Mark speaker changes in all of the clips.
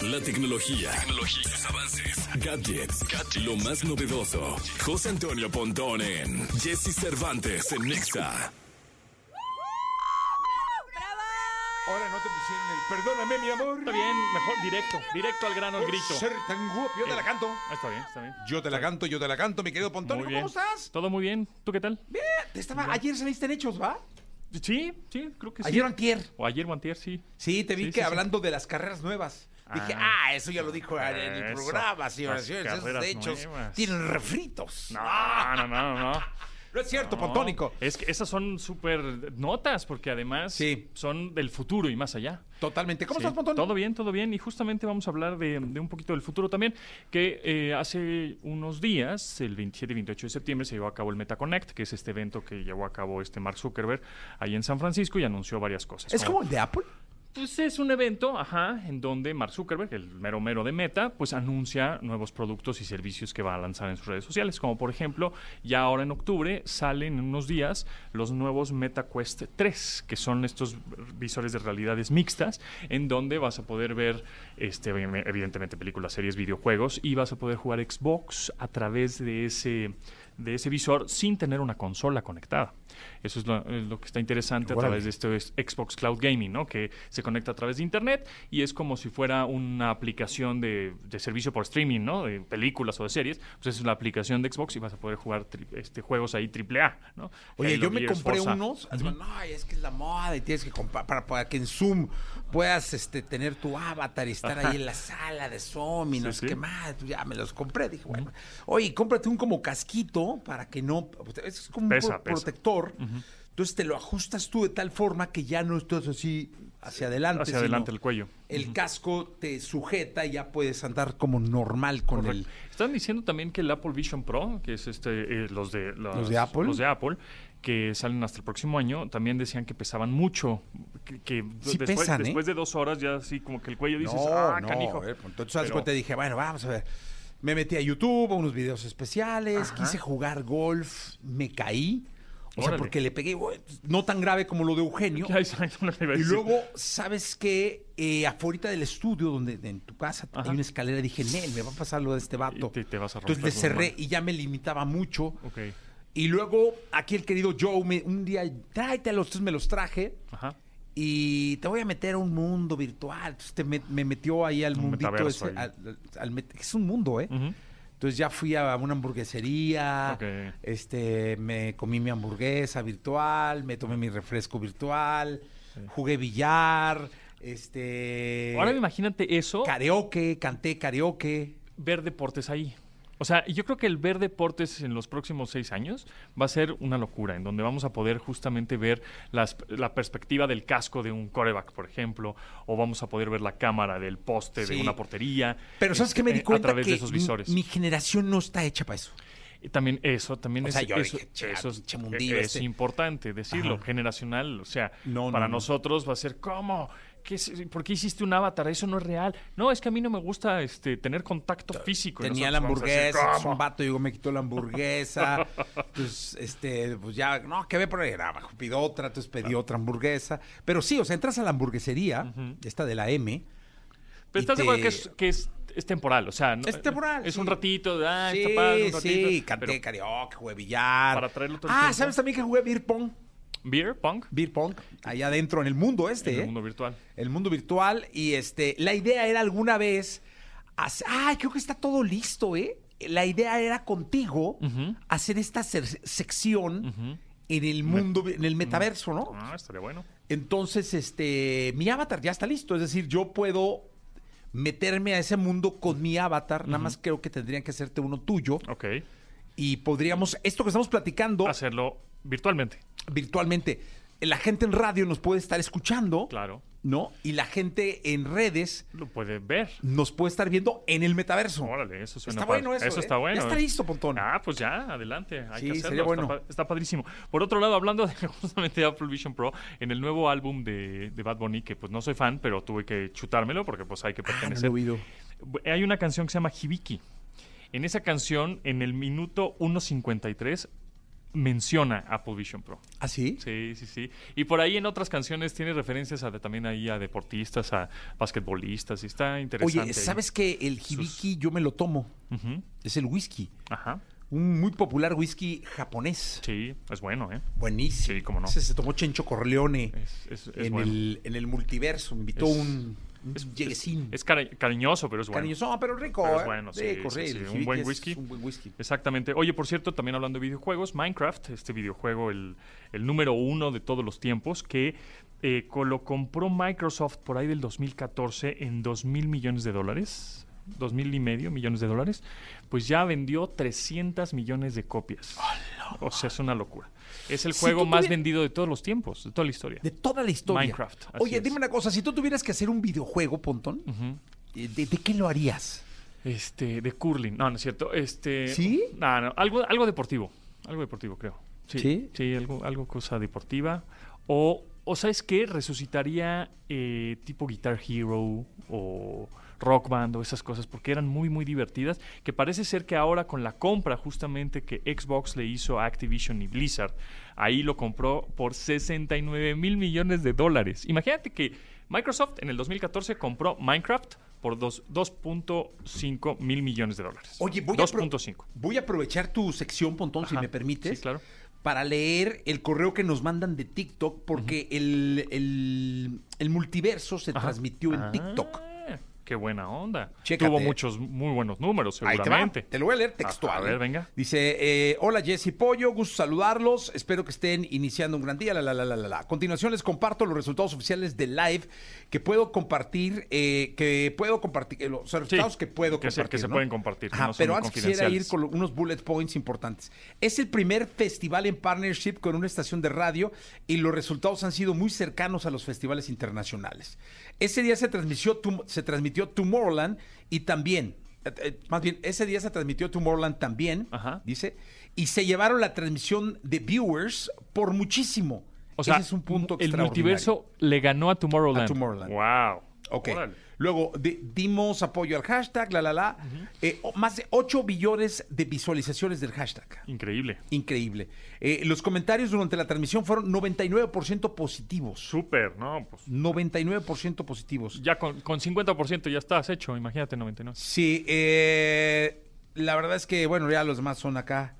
Speaker 1: la tecnología, tecnología, sus avances, gadgets, gadgets, lo más novedoso. José Antonio Pontón en Jesse Cervantes en Nexa.
Speaker 2: Ahora no te pusieron el perdóname, mi amor.
Speaker 3: Está bien, mejor directo, directo al grano, el
Speaker 2: Por
Speaker 3: grito.
Speaker 2: ser tan guapo. Yo te
Speaker 3: Eh.
Speaker 2: la canto.
Speaker 3: Ah, Está bien, está bien.
Speaker 2: Yo te la canto, yo te la canto, mi querido Pontón.
Speaker 3: Muy
Speaker 2: ¿Cómo
Speaker 3: bien.
Speaker 2: estás?
Speaker 3: ¿Todo muy bien? ¿Tú qué tal?
Speaker 2: Bien. Te estaba, ayer saliste en hechos, ¿va?
Speaker 3: Sí, sí, creo que sí.
Speaker 2: Ayer o antier.
Speaker 3: O ayer o antier, sí.
Speaker 2: Sí, te vi
Speaker 3: Sí,
Speaker 2: que
Speaker 3: sí, sí.
Speaker 2: hablando de las carreras nuevas. Dije, ah, eso ya lo dijo en el
Speaker 3: Eso,
Speaker 2: programa, señoras y
Speaker 3: las
Speaker 2: señores. Esos
Speaker 3: carreras
Speaker 2: hechos
Speaker 3: nuevas.
Speaker 2: tienen refritos.
Speaker 3: No, no, no, no. no.
Speaker 2: No es cierto,
Speaker 3: No.
Speaker 2: Pontónico.
Speaker 3: Es que esas son súper notas, porque además
Speaker 2: Sí.
Speaker 3: son del futuro y más allá.
Speaker 2: Totalmente. ¿Cómo
Speaker 3: Sí,
Speaker 2: estás, Pontónico?
Speaker 3: Todo bien, todo bien. Y justamente vamos a hablar de, de un poquito del futuro también, que eh, hace unos días, el 27 y 28 de septiembre, se llevó a cabo el MetaConnect, que es este evento que llevó a cabo este Mark Zuckerberg ahí en San Francisco y anunció varias cosas.
Speaker 2: ¿Es como el de Apple?
Speaker 3: Pues es un evento, ajá, en donde Mark Zuckerberg, el mero mero de Meta, pues anuncia nuevos productos y servicios que va a lanzar en sus redes sociales. Como por ejemplo, ya ahora en octubre salen en unos días los nuevos Meta Quest 3, que son estos visores de realidades mixtas, en donde vas a poder ver, este, evidentemente, películas, series, videojuegos, y vas a poder jugar Xbox a través de ese, de ese visor sin tener una consola conectada. Eso es lo, es lo que está interesante
Speaker 2: Órale.
Speaker 3: a través de esto es Xbox Cloud Gaming, ¿no? Que se conecta a través de Internet y es como si fuera una aplicación de, de servicio por streaming, ¿no? De películas o de series. Pues es la aplicación de Xbox y vas a poder jugar tri- este, juegos ahí AAA, ¿no?
Speaker 2: Oye,
Speaker 3: Halo,
Speaker 2: yo me
Speaker 3: Gears,
Speaker 2: compré
Speaker 3: Forza.
Speaker 2: unos. así, No, ay, es que es la moda y tienes que comprar para, para que en Zoom puedas este, tener tu avatar y estar ahí en la sala de Zoom y no sé
Speaker 3: Sí, sí.
Speaker 2: qué más. Pues ya me los compré. Dije, bueno, oye, cómprate un como casquito para que no. pues, Es como
Speaker 3: Pesa,
Speaker 2: un pro-
Speaker 3: pesa.
Speaker 2: protector. Entonces te lo ajustas tú de tal forma que ya no estás así hacia adelante.
Speaker 3: Hacia adelante
Speaker 2: sino
Speaker 3: el cuello.
Speaker 2: El casco te sujeta y ya puedes andar como normal con
Speaker 3: Correcto. Están diciendo también que el Apple Vision Pro, que es este, eh, los de los,
Speaker 2: ¿Los de Apple?
Speaker 3: los de Apple, que salen hasta el próximo año, también decían que pesaban mucho, que, que
Speaker 2: Sí
Speaker 3: después,
Speaker 2: pesan, ¿eh?
Speaker 3: después de dos horas ya así como que el cuello
Speaker 2: No,
Speaker 3: dices, ah,
Speaker 2: no,
Speaker 3: canijo.
Speaker 2: eh, pues, entonces haz de
Speaker 3: Pero-
Speaker 2: cuenta, dije, bueno, vamos a ver. Me metí a YouTube, a unos videos especiales, quise jugar golf, me caí. O sea,
Speaker 3: Órale.
Speaker 2: porque le pegué, ué, no tan grave como lo de Eugenio.
Speaker 3: Ya, exacto, lo que iba a
Speaker 2: Y
Speaker 3: decir.
Speaker 2: luego, ¿sabes qué? Eh, afuera del estudio, donde en tu casa
Speaker 3: Ajá.
Speaker 2: hay una escalera, dije, Nel, me va a pasar lo de este vato.
Speaker 3: Y te- te vas a
Speaker 2: Entonces le
Speaker 3: romper la
Speaker 2: cerré
Speaker 3: mano.
Speaker 2: y ya me limitaba mucho.
Speaker 3: Ok.
Speaker 2: Y luego, aquí el querido Joe, me, un día, tráetelos, entonces me los traje
Speaker 3: Ajá.
Speaker 2: y te voy a meter a un mundo virtual. Entonces te met- me metió ahí al
Speaker 3: Un
Speaker 2: mundito
Speaker 3: metaverso
Speaker 2: ese.
Speaker 3: ahí.
Speaker 2: al- al met- es un mundo, ¿eh?
Speaker 3: Ujú.
Speaker 2: Entonces ya fui a una hamburguesería,
Speaker 3: Ok.
Speaker 2: este, me comí mi hamburguesa virtual, me tomé mi refresco virtual, jugué billar, este,
Speaker 3: Ahora imagínate eso,
Speaker 2: karaoke, canté karaoke.
Speaker 3: ver deportes ahí. O sea, yo creo que el ver deportes en los próximos seis años va a ser una locura, en donde vamos a poder justamente ver las- la perspectiva del casco de un coreback, por ejemplo, o vamos a poder ver la cámara del poste
Speaker 2: Sí.
Speaker 3: de una portería.
Speaker 2: Pero sabes
Speaker 3: este,
Speaker 2: que me di
Speaker 3: eh,
Speaker 2: cuenta
Speaker 3: A través
Speaker 2: que
Speaker 3: de esos
Speaker 2: mi-
Speaker 3: visores.
Speaker 2: mi generación no está hecha para eso.
Speaker 3: Y También eso, también
Speaker 2: O
Speaker 3: es,
Speaker 2: sea, yo
Speaker 3: eso-
Speaker 2: dije, "Che,
Speaker 3: eso es, e-,
Speaker 2: pinche mundillo
Speaker 3: es
Speaker 2: este".
Speaker 3: importante decirlo,
Speaker 2: Ajá.
Speaker 3: generacional. O sea,
Speaker 2: No, no,
Speaker 3: para
Speaker 2: no.
Speaker 3: nosotros va a ser, ¿cómo? ¿Qué es- ¿Por qué hiciste un avatar? Eso no es real. No, es que a mí no me gusta este, tener contacto físico. Y
Speaker 2: Tenía la
Speaker 3: nosotros vamos a decir,
Speaker 2: hamburguesa, pues,
Speaker 3: "¿Cómo?".
Speaker 2: un vato llegó, me quitó la hamburguesa. pues, este, pues ya, no, que ve por ahí, ah, pido otra, entonces pedí otra hamburguesa. Pero sí, o sea, entras a la hamburguesería, esta de la M. y
Speaker 3: Pero estás de acuerdo
Speaker 2: te-
Speaker 3: que, es, que es, es temporal, o sea, no-
Speaker 2: Es temporal,
Speaker 3: Es un
Speaker 2: sí.
Speaker 3: ratito, de, ah,
Speaker 2: sí,
Speaker 3: está padre, un ratito.
Speaker 2: sí, canté
Speaker 3: pero
Speaker 2: karaoke, jugué billar.
Speaker 3: Para traerlo todo el
Speaker 2: Ah,
Speaker 3: tiempo.
Speaker 2: ¿sabes también que jugué beer pong?
Speaker 3: beer, punk,
Speaker 2: Beer pong, allá adentro, en el mundo este,
Speaker 3: en
Speaker 2: ¿eh?
Speaker 3: el mundo virtual.
Speaker 2: el mundo virtual y este la idea era alguna vez hace- ah creo que está todo listo eh la idea era contigo
Speaker 3: Ujú.
Speaker 2: hacer esta ser- sección
Speaker 3: Ujú.
Speaker 2: en el mundo vi- en el metaverso no
Speaker 3: Ah, estaría bueno.
Speaker 2: entonces este mi avatar ya está listo es decir yo puedo meterme a ese mundo con mi avatar nada más creo que tendrían que hacerte uno tuyo
Speaker 3: Ok.
Speaker 2: y podríamos esto que estamos platicando
Speaker 3: Hacerlo virtualmente,
Speaker 2: virtualmente la gente en radio nos puede estar escuchando
Speaker 3: claro.
Speaker 2: no y la gente en redes
Speaker 3: Lo puede ver.
Speaker 2: nos puede estar viendo en el metaverso. Ah,
Speaker 3: Órale, eso suena
Speaker 2: está
Speaker 3: padre.
Speaker 2: bueno eso. ¿eh?
Speaker 3: está bueno.
Speaker 2: Ya está
Speaker 3: ¿eh?
Speaker 2: listo, Pontón.
Speaker 3: Ah, pues ya, adelante. Hay
Speaker 2: Sí,
Speaker 3: que
Speaker 2: sería
Speaker 3: hacerlo.
Speaker 2: bueno.
Speaker 3: Está, pa- está padrísimo. Por otro lado, hablando de justamente de Apple Vision Pro, en el nuevo álbum de, de Bad Bunny, que pues no soy fan, pero tuve que chutármelo porque pues hay que
Speaker 2: Ah, no
Speaker 3: pertenecer.
Speaker 2: lo he oído.
Speaker 3: Hay una canción que se llama Hibiki. En esa canción, en el minuto 1.53, menciona Apple Vision Pro.
Speaker 2: ¿Ah, sí?
Speaker 3: Sí, sí, sí. Y por ahí en otras canciones tiene referencias a, de- también ahí a deportistas, a basquetbolistas, y está interesante.
Speaker 2: Oye, ¿sabes que el hibiki yo me lo tomo?
Speaker 3: Ujú.
Speaker 2: Es el whisky.
Speaker 3: Ajá.
Speaker 2: Un muy popular whisky japonés.
Speaker 3: Sí, es bueno, ¿eh?
Speaker 2: Buenísimo.
Speaker 3: Sí, cómo no.
Speaker 2: Ese se tomó Chencho Corleone
Speaker 3: Es, es- es
Speaker 2: en,
Speaker 3: bueno.
Speaker 2: el, en el multiverso. Invitó
Speaker 3: Es-
Speaker 2: un, un
Speaker 3: Es,
Speaker 2: lleguesín.
Speaker 3: es cari- cariñoso, pero es bueno.
Speaker 2: Cariñoso, ah, pero rico.
Speaker 3: Pero es
Speaker 2: ¿eh?
Speaker 3: bueno, sí,
Speaker 2: Rico,
Speaker 3: sí, sí,
Speaker 2: el
Speaker 3: un
Speaker 2: hibiki
Speaker 3: buen
Speaker 2: es
Speaker 3: whisky.
Speaker 2: Un buen whisky.
Speaker 3: Exactamente. Oye, por cierto, también hablando de videojuegos, Minecraft, este videojuego, el, el número uno de todos los tiempos, que eh, co- lo compró Microsoft por ahí del 2014 en 2 mil millones de dólares, 2 mil y medio millones de dólares, pues ya vendió 300 millones de copias. o sea, es una locura. Es el
Speaker 2: Si
Speaker 3: juego
Speaker 2: tú
Speaker 3: más
Speaker 2: tuvier-
Speaker 3: vendido de todos los tiempos, de toda la historia.
Speaker 2: De toda la historia.
Speaker 3: Minecraft, así
Speaker 2: Oye,
Speaker 3: es.
Speaker 2: dime una cosa. Si tú tuvieras que hacer un videojuego, Pontón,
Speaker 3: Ujú.
Speaker 2: eh, ¿de, de qué lo harías?
Speaker 3: Este, de curling. No, no es cierto. Este,
Speaker 2: ¿Sí?
Speaker 3: No, no, algo, algo deportivo. Algo deportivo, creo. Sí.
Speaker 2: ¿Sí?
Speaker 3: Sí, algo, algo cosa deportiva. O, o ¿sabes qué? Resucitaría eh, tipo Guitar Hero o Rock Band o esas cosas porque eran muy, muy divertidas. Que parece ser que ahora con la compra justamente que Xbox le hizo a Activision y Blizzard, ahí lo compró por 69 mil millones de dólares. Imagínate que Microsoft en el 2014 compró Minecraft por dos- 2.5 mil millones de dólares.
Speaker 2: Oye, voy, a, apro-
Speaker 3: 2.5.
Speaker 2: voy a aprovechar tu sección, Pontón, si
Speaker 3: Ajá,
Speaker 2: me permites.
Speaker 3: sí, claro.
Speaker 2: Para leer el correo que nos mandan de TikTok, porque el, el- el multiverso se
Speaker 3: Ajá.
Speaker 2: transmitió en
Speaker 3: Ah,
Speaker 2: TikTok.
Speaker 3: Qué buena onda.
Speaker 2: Chécate.
Speaker 3: Tuvo muchos muy buenos números,
Speaker 2: Ahí te va.
Speaker 3: seguramente.
Speaker 2: Te lo voy a leer
Speaker 3: Ajá,
Speaker 2: textual.
Speaker 3: a
Speaker 2: ¿eh?
Speaker 3: ver, venga.
Speaker 2: Dice, eh, hola Jesse Pollo, gusto saludarlos. Espero que estén iniciando un gran día. La, la, la, la, la, la. A continuación les comparto los resultados oficiales del live que puedo compartir, eh, que puedo compartir, eh, los resultados que puedo
Speaker 3: que se-
Speaker 2: compartir.
Speaker 3: que se
Speaker 2: ¿no?
Speaker 3: pueden compartir, que
Speaker 2: Ajá,
Speaker 3: no son
Speaker 2: pero antes quisiera ir
Speaker 3: confidenciales.
Speaker 2: con lo- unos bullet points importantes. Es el primer festival en partnership con una estación de radio y los resultados han sido muy cercanos a los festivales internacionales. Ese día se transmitió, Tum- se transmitió Tomorrowland y también, eh, eh, más bien, ese día se transmitió Tomorrowland también,
Speaker 3: Ajá.
Speaker 2: dice, y se llevaron la transmisión de viewers por muchísimo.
Speaker 3: O sea,
Speaker 2: Ese es un punto
Speaker 3: el
Speaker 2: extraordinario.
Speaker 3: multiverso le ganó a Tomorrowland.
Speaker 2: A Tomorrowland.
Speaker 3: Wow.
Speaker 2: Ok.
Speaker 3: Órale.
Speaker 2: Luego di- dimos apoyo al hashtag, la la la. Eh, o- más de 8 billones de visualizaciones del hashtag.
Speaker 3: Increíble.
Speaker 2: Increíble. Eh, los comentarios durante la transmisión fueron 99% positivos.
Speaker 3: Súper, ¿no? Pues
Speaker 2: 99% positivos.
Speaker 3: ya con, con 50% ya estás hecho, imagínate 99.
Speaker 2: Sí, eh, la verdad es que, bueno, ya los demás son acá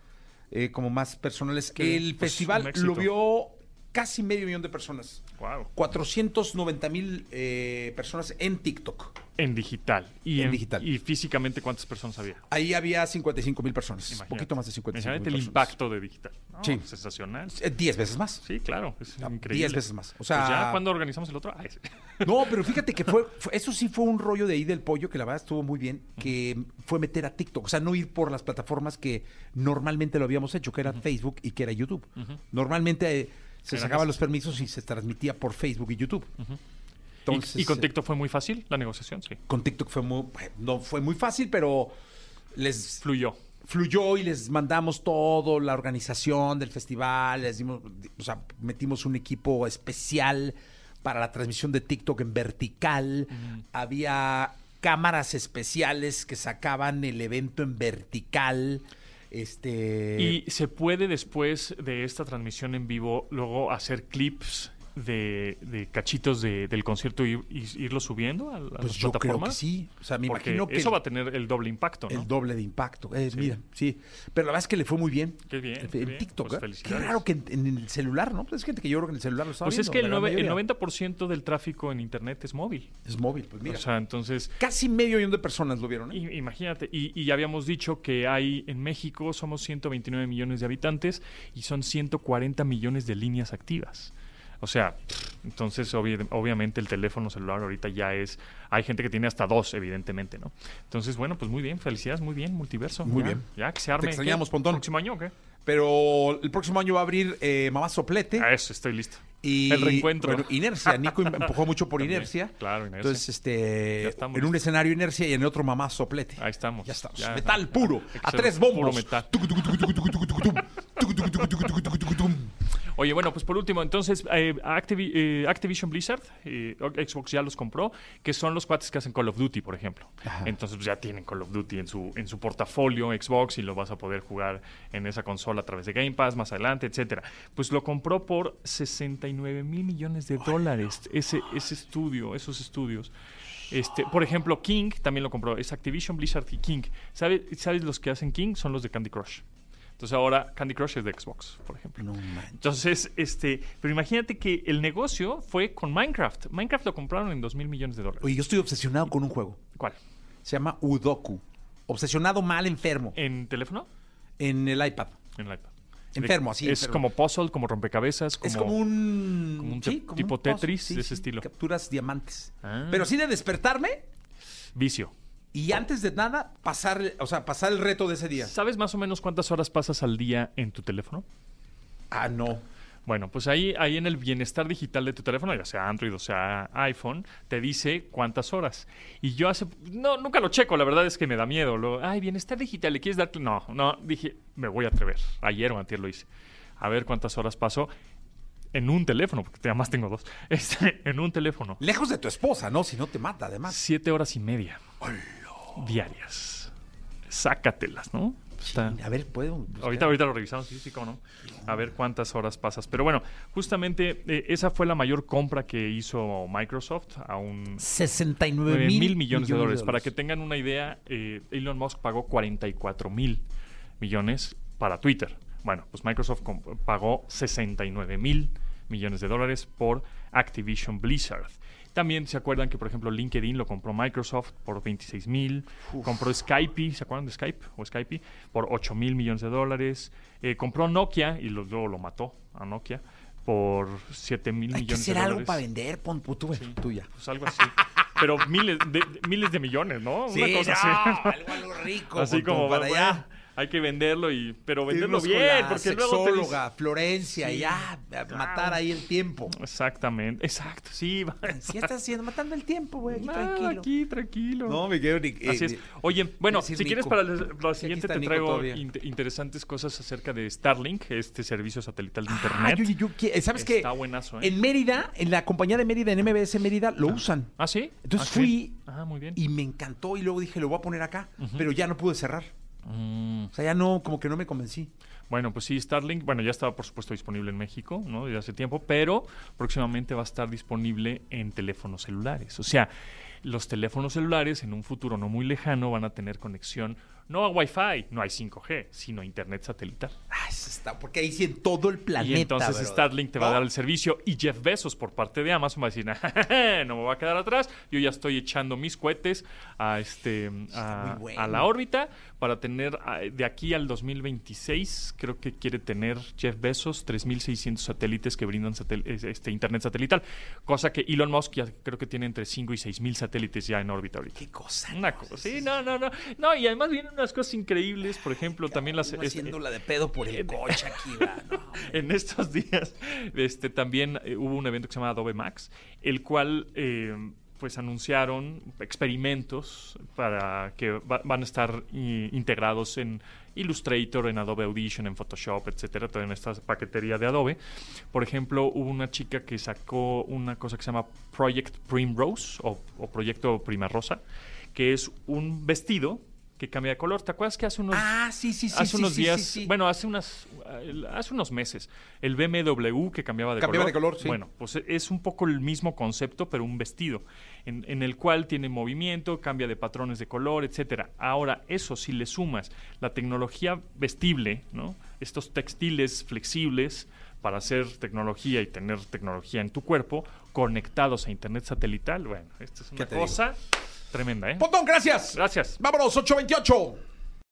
Speaker 2: eh, como más personales.
Speaker 3: Que,
Speaker 2: El
Speaker 3: pues, un
Speaker 2: festival
Speaker 3: éxito.
Speaker 2: lo vio casi medio millón de personas.
Speaker 3: Wow.
Speaker 2: 490 mil eh, personas en TikTok.
Speaker 3: En digital. Y
Speaker 2: En digital.
Speaker 3: Y físicamente, ¿cuántas personas había?
Speaker 2: Ahí había 55 mil personas. Un
Speaker 3: Imagínate.
Speaker 2: poquito más de 55 mil
Speaker 3: Imagínate el
Speaker 2: personas.
Speaker 3: impacto de digital. No,
Speaker 2: Sí.
Speaker 3: Sensacional.
Speaker 2: Eh, 10 veces más.
Speaker 3: Sí, claro. Es
Speaker 2: Ah,
Speaker 3: increíble.
Speaker 2: diez veces más. O sea-
Speaker 3: Pues ya, ¿cuándo organizamos el otro? Ah, ese.
Speaker 2: No, pero fíjate que fue, fue- eso sí fue un rollo de ahí del pollo que la verdad estuvo muy bien, que fue meter a TikTok, o sea, no ir por las plataformas que normalmente lo habíamos hecho, que era Facebook y que era YouTube. Normalmente eh, se
Speaker 3: Era
Speaker 2: sacaban
Speaker 3: más-
Speaker 2: los permisos y se transmitía por Facebook y YouTube. Entonces,
Speaker 3: Y- y, con
Speaker 2: eh,
Speaker 3: TikTok fue muy fácil la negociación, sí.
Speaker 2: con TikTok fue muy, no fue muy fácil, pero les
Speaker 3: Fluyó.
Speaker 2: fluyó y les mandamos todo, la organización del festival, les dimos, o sea, metimos un equipo especial para la transmisión de TikTok en vertical. Había cámaras especiales que sacaban el evento en vertical. Este
Speaker 3: Y se puede después de esta transmisión en vivo luego hacer clips de, de cachitos de- del concierto y, y- irlo subiendo a la
Speaker 2: pues yo creo
Speaker 3: plataforma.
Speaker 2: que sí, o sea, me
Speaker 3: Porque
Speaker 2: imagino que
Speaker 3: eso va a tener el doble impacto, ¿no?
Speaker 2: el doble de impacto. Eh, Mira, sí. Pero la verdad es que le fue muy bien.
Speaker 3: Qué bien,
Speaker 2: En,
Speaker 3: qué
Speaker 2: en
Speaker 3: bien.
Speaker 2: TikTok.
Speaker 3: Pues
Speaker 2: ¿eh? Qué
Speaker 3: felicidades.
Speaker 2: raro que en, en el celular, ¿no? Pues Es gente que yo creo que en el celular lo estaba
Speaker 3: pues es que el,
Speaker 2: viendo, la gran
Speaker 3: nueve- el
Speaker 2: mayoría.
Speaker 3: 90% del tráfico en Internet es móvil.
Speaker 2: Es móvil, pues mira.
Speaker 3: O sea, entonces,
Speaker 2: Casi medio millón de personas lo vieron. ¿eh?
Speaker 3: i- imagínate. Y, y ya habíamos dicho que hay en México somos 129 millones de habitantes y son 140 millones de líneas activas. O sea, pff, entonces obvi- obviamente el teléfono celular ahorita ya es... Hay gente que tiene hasta dos, evidentemente, ¿no? Entonces, bueno, pues muy bien. Felicidades, muy bien, multiverso.
Speaker 2: Muy
Speaker 3: ya,
Speaker 2: bien.
Speaker 3: Ya, que se arme. ¿qué?
Speaker 2: extrañamos, Pontón.
Speaker 3: ¿Próximo año o qué?
Speaker 2: Pero el próximo año va a abrir eh, Mamá Soplete.
Speaker 3: A eso, estoy listo.
Speaker 2: Y,
Speaker 3: Ah, el reencuentro.
Speaker 2: bueno, inercia. Nico em- empujó mucho por
Speaker 3: También,
Speaker 2: inercia.
Speaker 3: claro, Inercia.
Speaker 2: Entonces, este,
Speaker 3: Ya
Speaker 2: en
Speaker 3: estamos.
Speaker 2: un escenario inercia y en el otro mamá soplete.
Speaker 3: Ahí estamos.
Speaker 2: Ya estamos.
Speaker 3: Ya,
Speaker 2: metal
Speaker 3: ya,
Speaker 2: puro.
Speaker 3: hay que
Speaker 2: A
Speaker 3: ser
Speaker 2: tres
Speaker 3: puro
Speaker 2: bombos.
Speaker 3: metal.
Speaker 2: Tucu, tucu, tucu, tucu, tucu, tucu, tucu, tucu, tucu, tucu, tucu, tucu, tucu, tucu, tucu, tucu.
Speaker 3: Oye, bueno, pues por último, entonces, eh, Activi- eh, Activision Blizzard, eh, Xbox ya los compró, que son los cuates que hacen Call of Duty, por ejemplo. Entonces, pues, ya tienen Call of Duty en su, en su portafolio Xbox y lo vas a poder jugar en esa consola a través de Game Pass más adelante, etcétera. Pues lo compró por 69 mil millones de dólares ese, ese estudio, esos estudios. Este, por ejemplo, King también lo compró. Es Activision, Blizzard y King. ¿Sabe- ¿Sabes los que hacen King? Son los de Candy Crush. Entonces ahora Candy Crush es de Xbox, por ejemplo.
Speaker 2: No manches.
Speaker 3: Entonces, este, pero imagínate que el negocio fue con Minecraft. Minecraft lo compraron en 2 mil millones de dólares.
Speaker 2: Oye, yo estoy obsesionado con un juego.
Speaker 3: ¿Cuál?
Speaker 2: Se llama Udoku. Obsesionado mal enfermo
Speaker 3: ¿En teléfono?
Speaker 2: en el iPad.
Speaker 3: En el iPad.
Speaker 2: Enfermo, así,
Speaker 3: Es
Speaker 2: enfermo.
Speaker 3: como puzzle, como rompecabezas. Como...
Speaker 2: es como un,
Speaker 3: como un
Speaker 2: sí,
Speaker 3: te-
Speaker 2: como
Speaker 3: tipo
Speaker 2: puzzle,
Speaker 3: Tetris de ese estilo.
Speaker 2: Capturas diamantes.
Speaker 3: Ah.
Speaker 2: Pero sí de despertarme
Speaker 3: Vicio.
Speaker 2: y antes de nada pasar, el- o sea, pasar el reto de ese día.
Speaker 3: ¿Sabes más o menos cuántas horas pasas al día en tu teléfono?
Speaker 2: Ah, no.
Speaker 3: Bueno, pues ahí, ahí en el bienestar digital de tu teléfono, ya sea Android o sea iPhone, te dice cuántas horas. Y yo hace... No, nunca lo checo, la verdad es que me da miedo. Lo, Ay, bienestar digital, ¿le quieres dar... cl-?" No, no, dije, me voy a atrever. Ayer o antier lo hice. A ver cuántas horas paso en un teléfono, porque además tengo dos. Este, en un teléfono.
Speaker 2: Lejos de tu esposa, ¿no? Si no te mata, además.
Speaker 3: Siete horas y media. Diarias. Sácatelas, ¿no? Está-
Speaker 2: A ver, puedo. buscar?
Speaker 3: Ahorita, ahorita lo revisamos, sí, sí, cómo no. A ver cuántas horas pasas. Pero bueno, justamente eh, esa fue la mayor compra que hizo Microsoft a un
Speaker 2: 69
Speaker 3: 9 mil millones, de dólares. Para que tengan una idea, eh, Elon Musk pagó 44 mil millones para Twitter. Bueno, pues Microsoft comp- pagó 69 mil millones de dólares por Activision Blizzard. También se acuerdan que, por ejemplo, LinkedIn lo compró Microsoft por 26 mil. Compró Skype, ¿se acuerdan de Skype? O Skype, por 8 mil millones de dólares. Eh, compró Nokia y lo- luego lo mató a Nokia por 7 mil
Speaker 2: Hay que
Speaker 3: millones de
Speaker 2: hacer
Speaker 3: dólares
Speaker 2: algo para vender, pon pon- tú, tuya.
Speaker 3: pues algo así. Pero miles de, de- miles de millones, ¿no? Una cosa así.
Speaker 2: algo, algo rico.
Speaker 3: así
Speaker 2: pon tú,
Speaker 3: como
Speaker 2: para
Speaker 3: bueno,
Speaker 2: allá.
Speaker 3: Hay que venderlo y pero venderlo
Speaker 2: Irnos con
Speaker 3: bien,
Speaker 2: la
Speaker 3: porque luego te
Speaker 2: sexóloga, Florencia,
Speaker 3: Sí.
Speaker 2: ya, a matar ahí el tiempo.
Speaker 3: dicen- Exactamente. Exacto, sí, va.
Speaker 2: ¿Qué estás haciendo? Matando el tiempo, güey, aquí
Speaker 3: Nada,
Speaker 2: tranquilo.
Speaker 3: aquí tranquilo.
Speaker 2: No, me quedo ni...
Speaker 3: Así
Speaker 2: eh,
Speaker 3: es. Oye, bueno, si
Speaker 2: decir
Speaker 3: quieres
Speaker 2: Nico.
Speaker 3: para la, la
Speaker 2: aquí
Speaker 3: siguiente
Speaker 2: está
Speaker 3: te
Speaker 2: Nico
Speaker 3: traigo
Speaker 2: todavía.
Speaker 3: inte- interesantes cosas acerca de Starlink, este servicio satelital de
Speaker 2: Ah,
Speaker 3: internet.
Speaker 2: yo- yo- yo qui- ¿Sabes qué?
Speaker 3: Está buenazo, ¿eh?
Speaker 2: En Mérida, en la compañía de Mérida, en MBS Mérida, lo usan.
Speaker 3: ¿Ah, sí?
Speaker 2: Entonces
Speaker 3: Ah,
Speaker 2: fui
Speaker 3: sí. Ah, muy bien.
Speaker 2: y me encantó y luego dije, lo voy a poner acá, pero ya no pude cerrar.
Speaker 3: Mm.
Speaker 2: O sea, ya no, como que no me convencí.
Speaker 3: Bueno, pues sí, Starlink, bueno, ya estaba por supuesto disponible en México, ¿no? Desde hace tiempo, pero próximamente va a estar disponible en teléfonos celulares. O sea, los teléfonos celulares en un futuro no muy lejano van a tener conexión no a Wi-Fi, no hay 5G, sino a Internet satelital.
Speaker 2: Ah, eso está, porque ahí sí en todo el planeta.
Speaker 3: y entonces
Speaker 2: brother.
Speaker 3: Starlink te va a
Speaker 2: ¿No?
Speaker 3: dar el servicio y Jeff Bezos por parte de Amazon va a decir, "Ajajaja, no me va a quedar atrás, yo ya estoy echando mis cohetes a, este, a,
Speaker 2: muy bueno.
Speaker 3: a la órbita para tener ah, de aquí al 2026, creo que quiere tener Jeff Bezos 3.600 satélites que brindan satel- es- este, Internet satelital, cosa que Elon Musk ya creo que tiene entre 5 y 6.000 satélites ya en órbita ahorita.
Speaker 2: Qué cosa.
Speaker 3: Una cosa, sí, no, no, no. No, y además vienen unas cosas increíbles, por ejemplo, también este,
Speaker 2: Uno
Speaker 3: las... es-
Speaker 2: haciéndola de pedo por
Speaker 3: eh,
Speaker 2: el coche aquí, ¿verdad? No.
Speaker 3: en estos días este, también eh, hubo un evento que se llama Adobe Max, el cual eh, pues anunciaron experimentos para que va- van a estar eh, integrados en Illustrator, en Adobe Audition, en Photoshop, etcétera, toda en esta paquetería de Adobe. Por ejemplo, hubo una chica que sacó una cosa que se llama Project Primrose o, o Proyecto Primarosa, que es un vestido que cambia de color. ¿Te acuerdas que hace unos
Speaker 2: Ah, sí, sí, sí.
Speaker 3: hace
Speaker 2: sí,
Speaker 3: unos
Speaker 2: sí,
Speaker 3: días,
Speaker 2: sí, sí.
Speaker 3: bueno, hace unas eh, hace unos meses, el BMW que cambiaba de
Speaker 2: Cambiaba
Speaker 3: color.
Speaker 2: de color, sí.
Speaker 3: Bueno, pues es un poco el mismo concepto, pero un vestido, en, en el cual tiene movimiento, cambia de patrones de color, etcétera. Ahora, eso si le sumas la tecnología vestible, ¿no? Estos textiles flexibles para hacer tecnología y tener tecnología en tu cuerpo, conectados a internet satelital, bueno, esta es
Speaker 2: ¿Qué
Speaker 3: una
Speaker 2: te digo?
Speaker 3: cosa tremenda, ¿eh?
Speaker 2: Pontón, gracias.
Speaker 3: Gracias.
Speaker 2: Vámonos, 828.